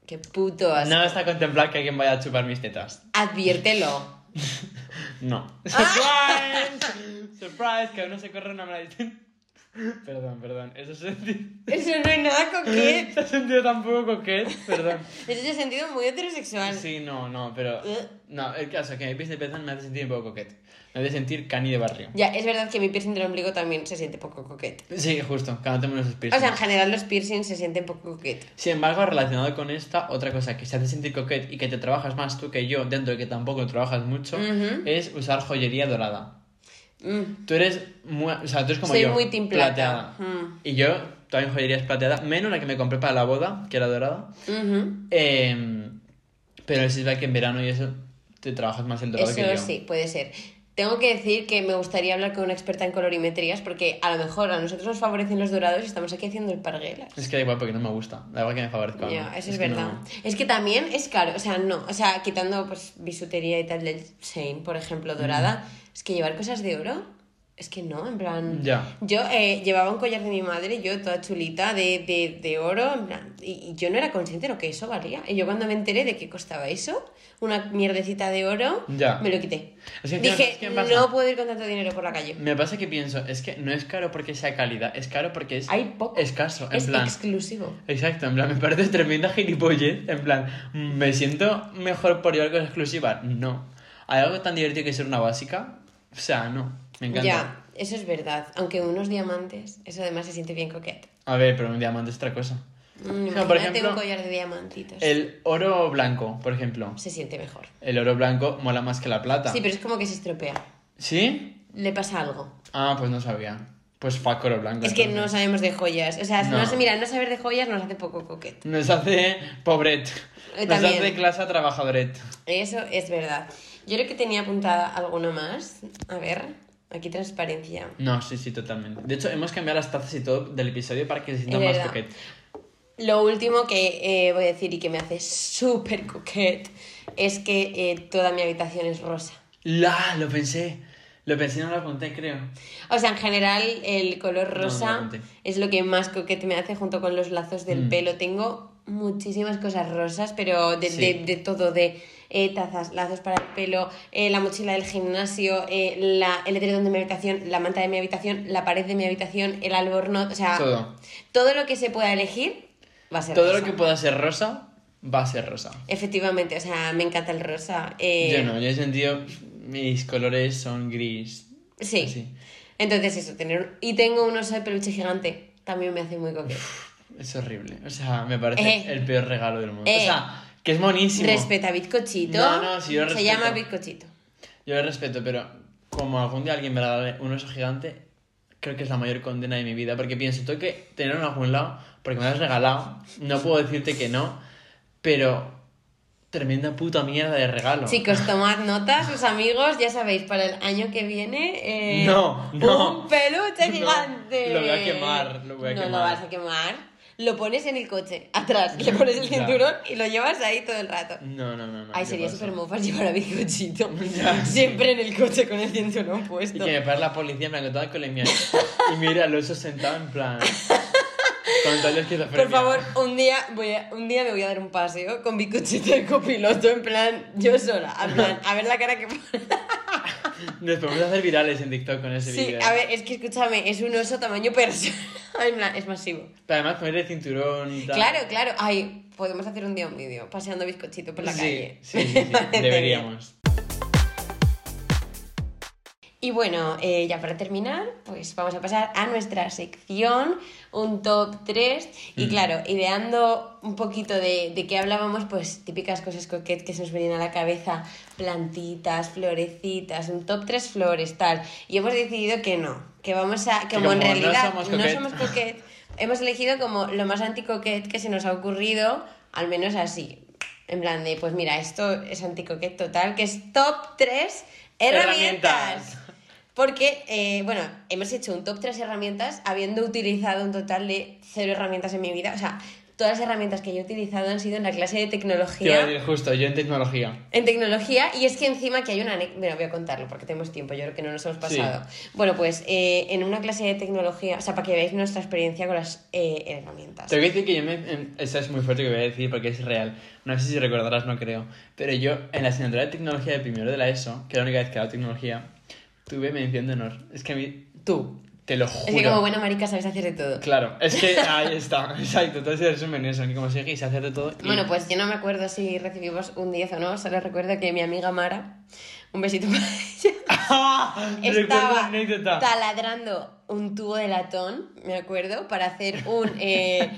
Qué puto asco.
No está contemplado que alguien vaya a chupar mis tetas.
Adviértelo.
No.
Ah.
¡Surprise! ¡Surprise! Que aún no se corre una mala distancia. Perdón, perdón. Eso es sentido.
Eso no es nada coquete.
Se ha sentido tampoco coquet, perdón.
Eso es sentido muy heterosexual.
Sí, no, no, pero. No, el caso es que mi pis de pezón me hace sentir un poco coquet. Me hace sentir cani de barrio.
Ya, es verdad que mi piercing del ombligo también se siente poco coquete.
Sí, justo, cada tenemos esos
O
piercings.
sea, en general los piercings se sienten poco coquete.
Sin embargo, relacionado con esta, otra cosa que se hace sentir coquet y que te trabajas más tú que yo, dentro de que tampoco trabajas mucho, es usar joyería dorada.
Mm.
Tú eres muy, o sea, tú eres como
Soy
yo,
muy team plata.
plateada.
Mm.
Y yo también joyería es plateada, menos la que me compré para la boda, que era dorada.
Ujú.
Eh, pero sí es verdad que en verano y eso te trabajas más el dorado que yo.
Eso sí, puede ser. Tengo que decir que me gustaría hablar con una experta en colorimetrías porque a lo mejor a nosotros nos favorecen los dorados y estamos aquí haciendo el parguelas.
Es que da igual porque no me gusta, da igual que me favorezca. o no.
Ya, eso es,
que
verdad.
no-
Es que también es caro, o sea, no, o sea, quitando pues bisutería y tal del Shane, por ejemplo, dorada, es que llevar cosas de oro, es que no, en plan...
Ya.
Yo eh, llevaba un collar de mi madre, yo toda chulita, de, de, de oro, en plan, y, y yo no era consciente de lo que eso valía. Y yo cuando me enteré de que costaba eso, una mierdecita de oro,
Ya.
me lo quité.
Es que, ¿sabes
Dije,
qué pasa?
no puedo ir con tanto dinero por la calle.
Me pasa que pienso, es que no es caro porque sea calidad, es caro porque es
Hay poco.
escaso, en
es
plan.
exclusivo.
Exacto, en plan, me parece tremenda gilipollez. En plan, ¿me siento mejor por llevar cosas exclusivas? No. ¿Hay algo tan divertido que ser una básica? O sea, no. Me encanta.
Ya, eso es verdad. Aunque unos diamantes, eso además se siente bien coqueto.
A ver, pero un diamante es otra cosa. O
Mm, Imagínate
sea, por ejemplo,
un collar de diamantitos.
El oro blanco, por ejemplo.
Se siente mejor.
El oro blanco mola más que la plata.
Sí, pero es como que se estropea.
¿Sí?
Le pasa algo.
Ah, pues no sabía. Pues fuck oro blanco.
Es que no
entonces.
sabemos de joyas. O sea, no.
No.
se- mira, no saber de joyas nos hace poco coquete.
Nos hace pobret.
Eh,
Nos
también.
hace clase trabajadoret.
Eso es verdad. Yo creo que tenía apuntada alguna más. A ver, aquí transparencia.
No, sí, sí, totalmente. De hecho, hemos cambiado las tazas y todo del episodio para que se sientan
Es
más
verdad.
coquet.
Lo último que eh, voy a decir y que me hace súper coquete es que eh, toda mi habitación es rosa.
La, lo pensé. Lo pensé y no lo apunté, creo.
O sea, en general el color
no
rosa
apunté.
es lo que más coquete me hace junto con los lazos
Mm.
del pelo. Tengo muchísimas cosas rosas, pero de,
Sí.
de- de todo, de eh, tazas, lazos para el pelo, eh, la mochila del gimnasio, eh, la, el edredón de mi habitación, la manta de mi habitación, la pared de mi habitación, el albornoz, o sea,
Todo.
todo lo que se pueda elegir va a ser
Todo
rosa.
lo que pueda ser rosa, va a ser rosa.
Efectivamente, o sea, me encanta el rosa. eh,
Yo no, yo he sentido. Mis colores son gris.
Sí.
Sí.
Entonces eso, tener... Y tengo un oso de peluche gigante, también me hace muy coquete.
Es horrible. O sea, me parece
Eh.
el peor regalo del mundo.
Eh.
O sea, que es monísimo.
Respeta bizcochito.
No, no, sí, yo
Se
respeto.
llama bizcochito.
Yo lo respeto, pero como algún día alguien me regale un oso gigante, creo que es la mayor condena de mi vida. Porque pienso, tengo que tenerlo en algún lado, porque me lo has regalado. No puedo decirte que no, pero. Tremenda puta mierda de regalo.
Chicos, tomad notas, sus amigos, ya sabéis, para el año que viene. eh,
No, no.
Un peluche
No,
gigante.
lo voy a quemar, lo voy a
no
quemar.
lo vas a quemar. Lo pones en el coche, atrás, le pones el
Ya.
cinturón y lo llevas ahí todo el rato.
No, no, no. no
Ay,
yo
sería
paso.
súper mofas llevar a bizcochito.
Ya.
Siempre en el coche con el cinturón
Y
puesto.
que me pare la policía, me encontraba con la mía. Y mira al oso sentado en plan. Con tal de esquizofrenia.
Por favor, un día, voy a- un día me voy a dar un paseo con bizcochito de copiloto, en plan, yo sola, en plan, a ver la cara que pone.
Nos podemos hacer virales en TikTok con ese
Sí,
vídeo.
a ver, es que escúchame, es un oso tamaño persona. En plan, es masivo.
Pero además ponerle cinturón y tal.
Claro, claro. Ay, podemos hacer un día un vídeo paseando bizcochito por la
sí,
calle.
Sí, sí, sí,
Parece bien.
deberíamos.
Y bueno, eh, ya para terminar, pues vamos a pasar a nuestra sección, un top 3. Y
Mm.
claro, ideando un poquito de, de qué hablábamos, pues típicas cosas coquet que se nos venían a la cabeza, plantitas, florecitas, un top 3 flores, tal. Y hemos decidido que no, que vamos a,
Que
como, en
como no
realidad
somos
no
coquet.
somos coquet, hemos elegido como lo más anticoquet que se nos ha ocurrido, al menos así. En plan de, pues mira, esto es anticoquet total, que es top 3 herramientas.
Herramientas.
Porque, eh, bueno, hemos hecho un top 3 herramientas, habiendo utilizado un total de cero herramientas en mi vida. O sea, todas las herramientas que yo he utilizado han sido en la clase de
Te iba a
tecnología.
decir justo, yo en tecnología.
En tecnología, y es que encima que hay una anécdota. Bueno, voy a contarlo porque tenemos tiempo, yo creo que no nos hemos
Sí.
pasado. Bueno, pues eh, en una clase de tecnología, o sea, para que veáis nuestra experiencia con las eh, herramientas.
Tengo que decir que yo me... en- Eso es muy fuerte que voy a decir porque es real. No sé si recordarás, no creo. Pero yo en la asignatura de tecnología de primero de la ESO, que es la única vez que he dado tecnología, tuve mención de honor. Es que a mí... Tú, te lo juro.
Es que como buena marica sabes hacer de todo.
Claro, es que ahí está, exacto, todo ese resumen eso, que como se y se hace de todo. y-
Bueno, pues yo no me acuerdo si recibimos un 10 o no, solo recuerdo que mi amiga Mara, un besito para ella.
¡Ah! Recuerdo la
estaba
anécdota.
taladrando un tubo de latón, me acuerdo, para hacer un eh,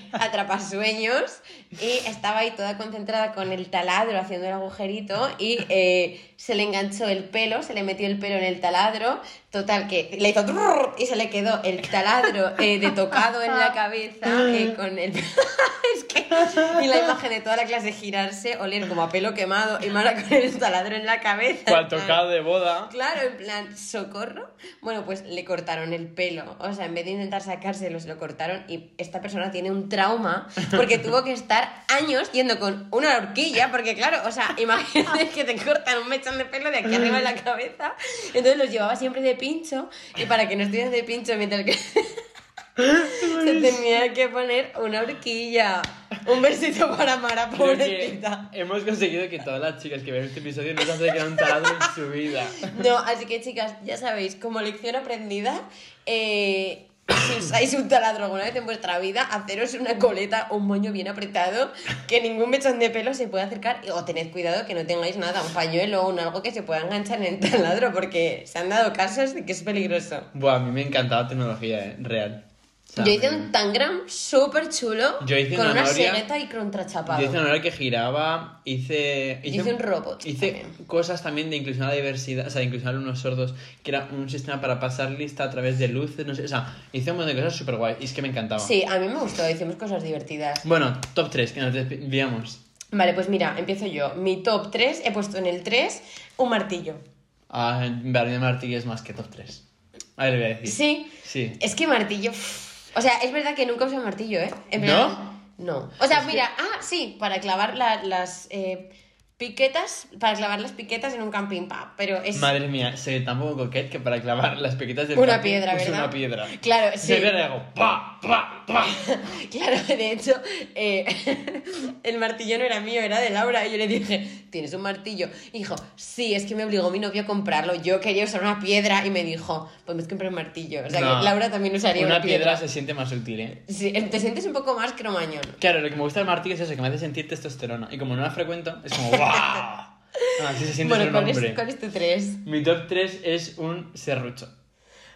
atrapasueños y estaba ahí toda concentrada con el taladro haciendo el agujerito y eh, se le enganchó el pelo, se le metió el pelo en el taladro, total que le hizo trrrr y se le quedó el taladro eh, de tocado en la cabeza eh, con el es que y la imagen de toda la clase girarse, oler como a pelo quemado y Mara con el taladro en la cabeza.
Cual tocado de boda.
Claro, en plan, socorro. Bueno, pues le cortaron el pelo. O sea, en vez de intentar sacárselo, se lo cortaron. Y esta persona tiene un trauma porque tuvo que estar años yendo con una horquilla. Porque, claro, o sea, imagínate que te cortan un mechón de pelo de aquí arriba de la cabeza. Entonces los llevaba siempre de pincho. Y para que no estuvieran de pincho mientras que. se tenía que poner una horquilla. Un besito para Mara,
Creo que
pobrecita.
hemos conseguido que todas las chicas que ven este episodio no se acerquen a un taladro en su vida.
No, así que chicas, ya sabéis, como lección aprendida, eh, si usáis un taladro alguna vez en vuestra vida, haceros una coleta o un moño bien apretado, que ningún mechón de pelo se pueda acercar, o tened cuidado que no tengáis nada, un pañuelo o un algo que se pueda enganchar en el taladro, porque se han dado casos de que es peligroso.
Buah, a mí me encantaba la tecnología, eh, real. O sea,
Yo hice
me-
un tangram súper chulo,
Yo hice
con
una
una
noria.
segueta y contrachapado.
Yo hice una hora que giraba, hice...
Hice un robot
Hice
también.
cosas también de inclusión a la diversidad, o sea, de inclusión a alumnos sordos, que era un sistema para pasar lista a través de luces, no sé, o sea, hice un montón de cosas súper guay y es que me encantaba.
Sí, a mí me gustó, hicimos cosas divertidas.
Bueno, top 3, que nos desviamos.
Vale, pues mira, empiezo yo. Mi top 3, he puesto en el 3 un martillo.
Ah, Bernardo Martí es más que top 3. A ver, le voy a decir.
Sí.
Sí.
Es que martillo. pff. O sea, es verdad que nunca usé martillo, ¿eh? En plan- No. O sea,
Es que-
mira, ah, sí, para clavar la- las eh, piquetas, para clavar las piquetas en un camping pub, pero es
Madre mía, soy tan poco coquet que para clavar las piquetas del
una
papel
piedra,
uso
¿verdad?
una piedra.
Claro, sí.
Se ve y hago pa, pa, pa.
Claro, de hecho, eh, el martillo no era mío, era de Laura. Y yo le dije, ¿tienes un martillo? Y dijo, sí, es que me obligó mi novio a comprarlo. Yo quería usar una piedra y me dijo, podemos comprar un martillo. O sea,
No.
que Laura también usaría una,
Una piedra se siente más útil, ¿eh?
Sí, te sientes un poco más cromañón.
Claro, lo que me gusta del martillo es eso, que me hace sentir testosterona. Y como no la frecuento, es como ¡guau! Así se siente
Bueno,
ser un
¿cuál
hombre.
es, ¿cuál es tu tres?
Mi top 3 es un serrucho.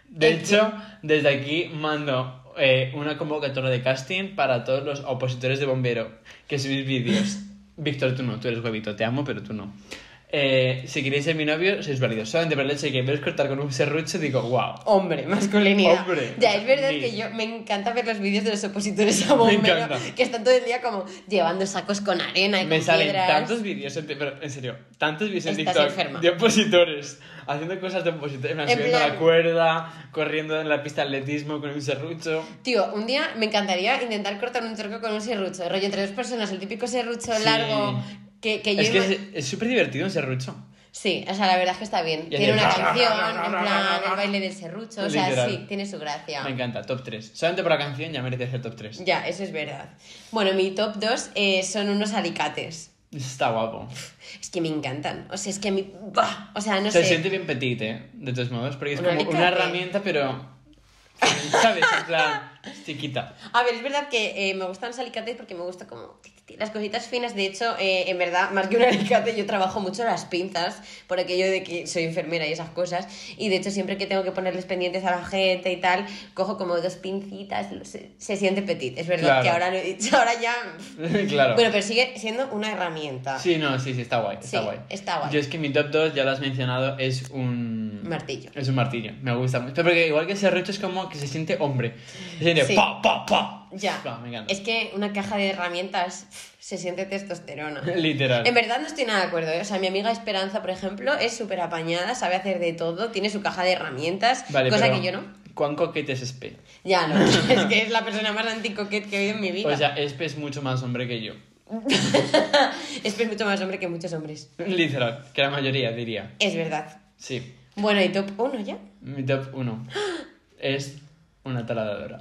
De
El-
hecho, desde aquí mando eh, una convocatoria de casting para todos los opositores de bombero que subís vídeos. Víctor, tú no, tú eres huevito, te amo, pero tú no. Eh, si queréis ser mi novio, sois válidos. Solamente por el hecho de que me ves cortar con un serrucho, digo, wow.
Hombre, masculinidad.
Hombre.
Ya, es verdad
Sí.
que yo me encanta ver los vídeos de los opositores a bombero
encanta.
que están todo el día como llevando sacos con arena y
Me
con
salen
piedras.
tantos vídeos, en, pero en serio, tantos vídeos en
Estás
TikTok
enferma.
de opositores haciendo cosas de opositores, en plan,
En
subiendo
plan-
la cuerda, corriendo en la pista de atletismo con un serrucho.
Tío, un día me encantaría intentar cortar un charco con un serrucho. Rollo entre dos personas, el típico serrucho
Sí.
largo que, que yo...
Es que
ima-
es- es súper divertido un serrucho.
Sí, o sea, la verdad es que está bien.
Y
tiene
hacer-
una canción, en plan, el baile del serrucho. O sea,
Literal.
sí, tiene su gracia.
Me encanta, top 3. Solamente por la canción ya merece ser top 3.
Ya, eso es verdad. Bueno, mi top 2 son eh, unos alicates.
Está guapo.
Es que me encantan. O sea, es que a mí. ¡buah! O sea, no
Se
sé.
siente bien petit, ¿eh? De todos modos, porque es
Un
como una
alicate.
herramienta, pero... ¿Sabes? En plan, es chiquita.
A ver, es verdad que eh, me gustan los alicates porque me gusta como tic, tic, tic, las cositas finas. De hecho, eh, en verdad, más que un alicate, yo trabajo mucho las pinzas por aquello de que soy enfermera y esas cosas. Y de hecho, siempre que tengo que ponerles pendientes a la gente y tal, cojo como dos pincitas. Se, se siente petit. Es verdad
Claro.
que ahora lo he dicho, ahora ya.
claro.
Bueno, pero sigue siendo una herramienta.
Sí, no, sí, sí, está guay, está
Sí,
guay.
está guay.
Yo es que mi top 2, ya lo has mencionado, es un...
Martillo.
Es un martillo, me gusta mucho. Pero porque igual que ese recho es como que se siente hombre. Se siente
Sí.
pa, pa, pa.
Ya.
Pa, me encanta.
Es que una caja de herramientas pff, se siente testosterona.
Literal.
En verdad no estoy nada de acuerdo. ¿eh? O sea, mi amiga Esperanza, por ejemplo, es súper apañada, sabe hacer de todo, tiene su caja de herramientas,
Vale,
cosa
pero
que yo no.
¿Cuán coquete es Espe?
Ya no. es que es la persona más anticoquet que he oído en mi vida.
O sea, Espe es mucho más hombre que yo.
es que es mucho más hombre que muchos hombres.
Literal, que la mayoría diría.
Es verdad.
Sí.
Bueno, y top 1 ya.
Mi top 1 es una taladradora.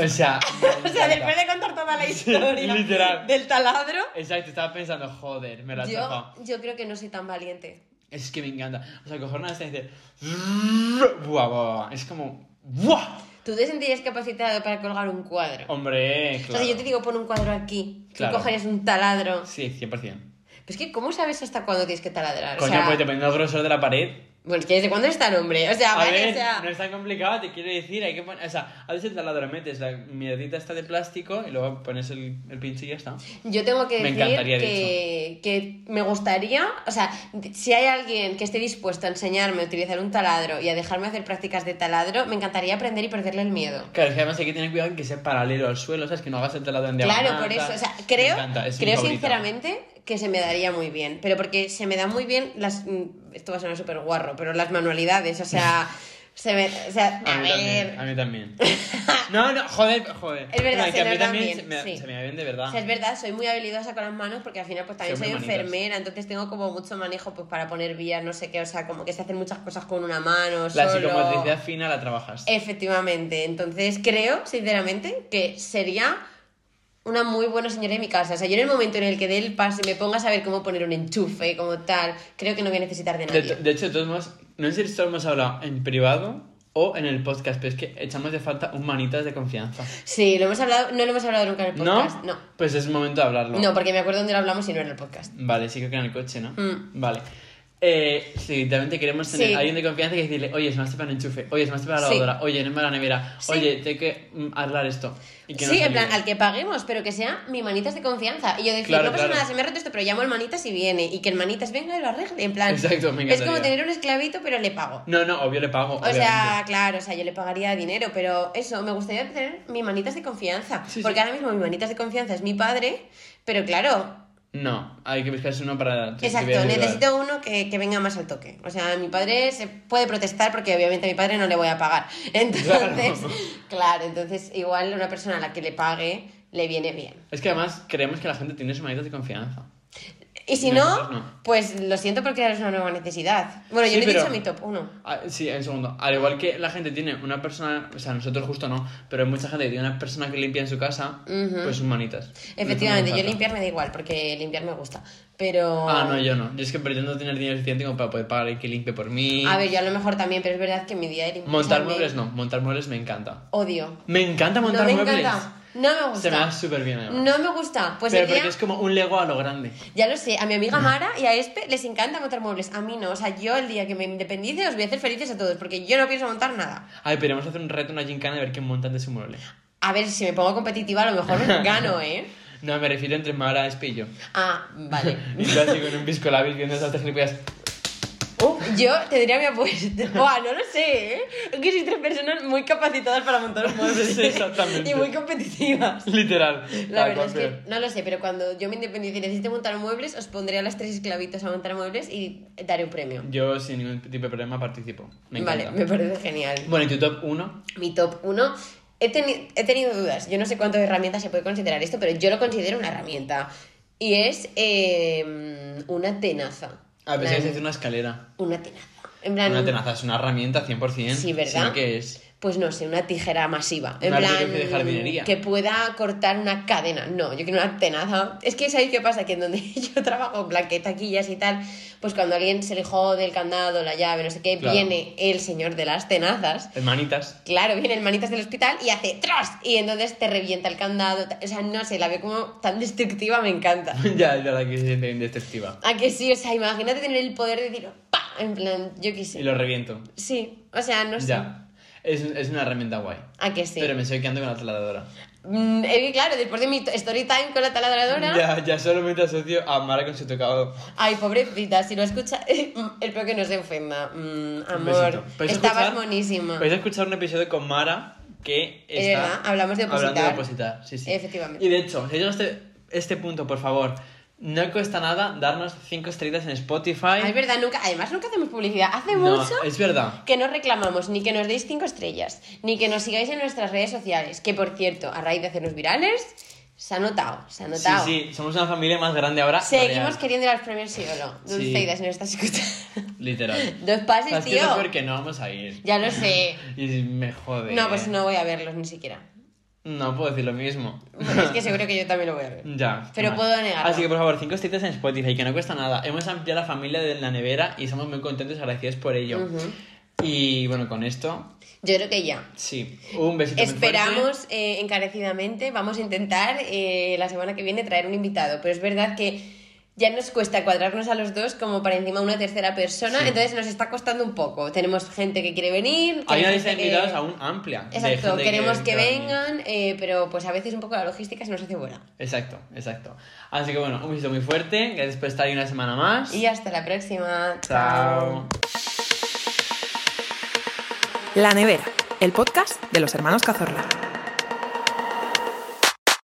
O sea, me
O sea,
encanta.
después de contar toda la historia
literal.
del taladro,
Exacto, estaba pensando, joder, me la has
yo,
tapado.
yo creo que no soy tan valiente.
Es que me encanta. O sea, coger una de y decir. Buah, buah, buah. Es como. ¡Buah!
¿Tú te sentirías capacitado para colgar un cuadro?
Hombre,
O sea,
Oh, claro.
si yo te digo pon un cuadro aquí, tú
Claro.
cogerías un taladro.
Sí, 100%.
Pero es que, ¿cómo sabes hasta cuándo tienes que taladrar?
Coño,
o sea,
pues dependiendo del grosor de la pared.
Bueno, es que desde cuándo eres tan hombre. O sea,
A
Ah, vale,
ver,
o sea.
no es tan complicado, te quiero decir, hay que poner, o sea, haces el taladro, metes la mierdita esta de plástico y luego pones el, el pinche y ya está.
Yo tengo que
Me
decir
encantaría, de
que, que me gustaría, o sea, si hay alguien que esté dispuesto a enseñarme a utilizar un taladro y a dejarme hacer prácticas de taladro, me encantaría aprender y perderle el miedo.
Claro, es que además hay que tener cuidado en que sea paralelo al suelo, sabes que no hagas el taladro en diagonal.
Claro, por eso,
tal.
o sea,
Me
creo,
encanta, es mi
creo
favorito.
sinceramente que se me daría muy bien, pero porque se me da muy bien las, mm, esto va a sonar súper guarro, pero las manualidades, o sea, se me, o sea,
A
a,
mí,
ver,
también, a mí también. No, no, joder, joder.
Es verdad,
No,
se
que a mí
nos dan
también
bien,
se, me,
sí.
se me da bien de
O
verdad.
sea, es verdad, soy muy habilidosa con las manos porque al final pues también
Ah. Soy
soy
muy manitas.
enfermera, entonces tengo como mucho manejo pues para poner vías, no sé qué, o sea, como que se hacen muchas cosas con una mano,
la
solo. Eh,
psicomotricidad fina la trabajas.
Efectivamente, entonces creo, sinceramente, que sería una muy buena señora de mi casa. O sea, yo en el momento en el que dé el pase y me ponga a saber cómo poner un enchufe, como tal, creo que no voy a necesitar de
De,
nadie.
de hecho, de todos modos, no sé si esto lo hemos hablado en privado o en el podcast, pero es que echamos de falta un manitas de confianza.
Sí, lo hemos hablado, no lo hemos hablado nunca en el podcast.
¿No?
No,
Pues es momento de hablarlo.
No, porque me acuerdo dónde lo hablamos y no en el podcast.
Vale, sí creo que en el coche, ¿no?
Mm.
Vale. Eh, sí, también te queremos tener
Sí.
a alguien de confianza que decirle, oye, se me hace para el enchufe, oye, se me hace para la
Sí.
lavadora, oye, no me la nevera,
Sí.
oye, tengo que mm, arreglar esto. Y que no
Sí,
se
en plan,
olvide.
al que paguemos, pero que sea mi manitas de confianza. Y yo decir,
Claro,
no pasa
claro.
nada, se me ha roto esto, pero llamo al manitas y viene. Y que el manitas venga y lo arregle. En plan,
Exacto, me
es como
encantaría.
tener un esclavito, pero le pago.
No, no, obvio le pago.
O sea, claro, o sea, yo le pagaría dinero, pero eso, me gustaría tener mi manitas de confianza.
Sí,
porque
sí.
ahora mismo mi manitas de confianza es mi padre, pero claro,
No, hay que buscarse uno para... que te
exacto,
vea ayudar.
necesito uno que, que venga más al toque. O sea, mi padre se puede protestar porque obviamente a mi padre no le voy a pagar. Entonces, claro,
Claro.
entonces igual una persona a la que le pague le viene bien.
Es que además creemos que la gente tiene su manita de confianza.
Y si no,
Nosotros no.
pues lo siento por crear una nueva necesidad. Bueno, yo
Sí,
le he
pero-
dicho mi top 1.
Ah, sí, en segundo. Al igual que la gente tiene una persona, o sea, nosotros justo no, pero hay mucha gente que tiene una persona que limpia en su casa,
Ujú.
pues sus manitas.
Efectivamente, yo
Falta.
limpiar me da igual, porque limpiar me gusta. Pero...
Ah, no, yo no. Yo es que pretendo tener dinero suficiente como para poder pagar el que limpie por mí.
A ver, yo a lo mejor también, pero es verdad que mi día de limpieza
montar
me
muebles no, montar muebles me encanta.
Odio.
Me encanta
No
montar
me
muebles.
encanta. No me gusta.
Se me da súper bien. además.
No me gusta. Pues
pero
el día-
porque es como un Lego a lo grande.
Ya lo sé, a mi amiga Mara y a Espe les encanta montar muebles. A mí no. O sea, yo el día que me independice os voy a hacer felices a todos, porque yo no pienso montar nada.
Ay, pero vamos a hacer un reto, una gincana de ver quién monta de su mueble.
A ver, si me pongo competitiva, a lo mejor gano, ¿eh?
No, me refiero entre Mara, Espe y yo.
Ah, vale.
Y yo así con un pisco labis viendo esas tres gilipollas.
Uh, yo te diría mi apuesta. Buah, no lo sé, ¿eh? Es que sois tres personas muy capacitadas para montar muebles.
Sí, exactamente.
Y muy competitivas.
Literal.
La
Tal
verdad
cual,
es
pero-
que no lo sé, pero cuando yo me independice y necesite montar muebles, os pondré a las tres esclavitos a montar muebles y daré un premio.
Yo sin ningún tipo de problema participo. Me
vale,
encanta.
me parece genial.
Bueno, ¿y tu top 1?
Mi top 1. He, teni- he tenido dudas. Yo no sé cuántas herramientas se puede considerar esto, pero yo lo considero una herramienta. Y es eh, una tenaza.
A
En
pesar de
plan,
decir una escalera.
Una tenaza. En plan,
Una tenaza es una herramienta 100%.
Em. Sí, ¿verdad?
sino que es.
pues no sé, una tijera masiva. En
Una
plan,
artífice de jardinería.
que pueda cortar una cadena. No, yo quiero una tenaza. Es que sabéis qué pasa, que en donde yo trabajo, en plan, que taquillas y tal, pues cuando alguien se le jode el candado, la llave, no sé qué,
Claro.
viene el señor de las tenazas.
Hermanitas.
Claro, viene el manitas del hospital y hace ¡tras! Y entonces te revienta el candado. O sea, no sé, la veo como tan destructiva, me encanta.
ya, ya la que se siente indestructiva.
A que sí, o sea, imagínate tener el poder de decir ¡pa! En plan, yo qué sé.
Y lo reviento.
Sí, o sea, no sé.
Ya. Es, es una herramienta guay.
A que sí.
Pero me estoy quedando con la trasladadora.
Mm, es que claro, después de mi to- story time con la taladradora.
Ya, ya solamente asocio a Mara con su tocado.
Ay, pobrecita, si lo escucha, espero que no se ofenda. Mm,
Un
amor,
besito. Podéis
estabas
escuchar-
monísima.
Podéis escuchar un episodio con Mara que
Es
está
verdad, hablamos de opositar.
hablando de opositar, sí, sí.
Efectivamente.
Y de hecho, si llegaste este, este punto, por favor, no cuesta nada darnos 5 estrellas en Spotify.
Ah, es verdad, nunca, además nunca hacemos publicidad. Hace
No,
mucho
es verdad.
que no reclamamos ni que nos deis cinco estrellas, ni que nos sigáis en nuestras redes sociales, que por cierto, a raíz de hacernos virales, se ha notado, se ha
Sí,
notado.
sí, somos una familia más grande ahora.
Seguimos
real.
queriendo ir al premio Siolo. Dulceida, si nos estás escuchando.
Literal.
Dos pases,
Es que
tío.
es lo peor que no vamos a ir.
Ya lo sé.
Y me jode.
No, pues no voy a verlos ni siquiera.
No puedo decir lo mismo.
Bueno, es que seguro que yo también lo voy a ver.
Ya.
Pero
mal.
puedo negarlo.
Así que por favor, cinco estrellas en Spotify, que no cuesta nada. Hemos ampliado la familia de la nevera y estamos muy contentos y agradecidos por ello.
Ujú.
Y bueno, con esto,
Yo creo que ya.
sí. Un besito. muy fuerte.
Esperamos eh, encarecidamente, vamos a intentar eh, la semana que viene traer un invitado, pero es verdad que ya nos cuesta cuadrarnos a los dos como para encima una tercera persona,
Sí.
entonces nos está costando un poco. Tenemos gente que quiere venir,
Hay una
gente
lista de
que-
invitados aún amplia. de
Exacto,
gente
queremos que,
va a venir.
vengan, eh, pero pues a veces un poco la logística se nos hace buena.
Exacto, exacto. Así que bueno, un besito muy fuerte. Gracias por estar ahí una semana más.
Y hasta la próxima.
Chao.
La Nevera, el podcast de los hermanos Cazorla.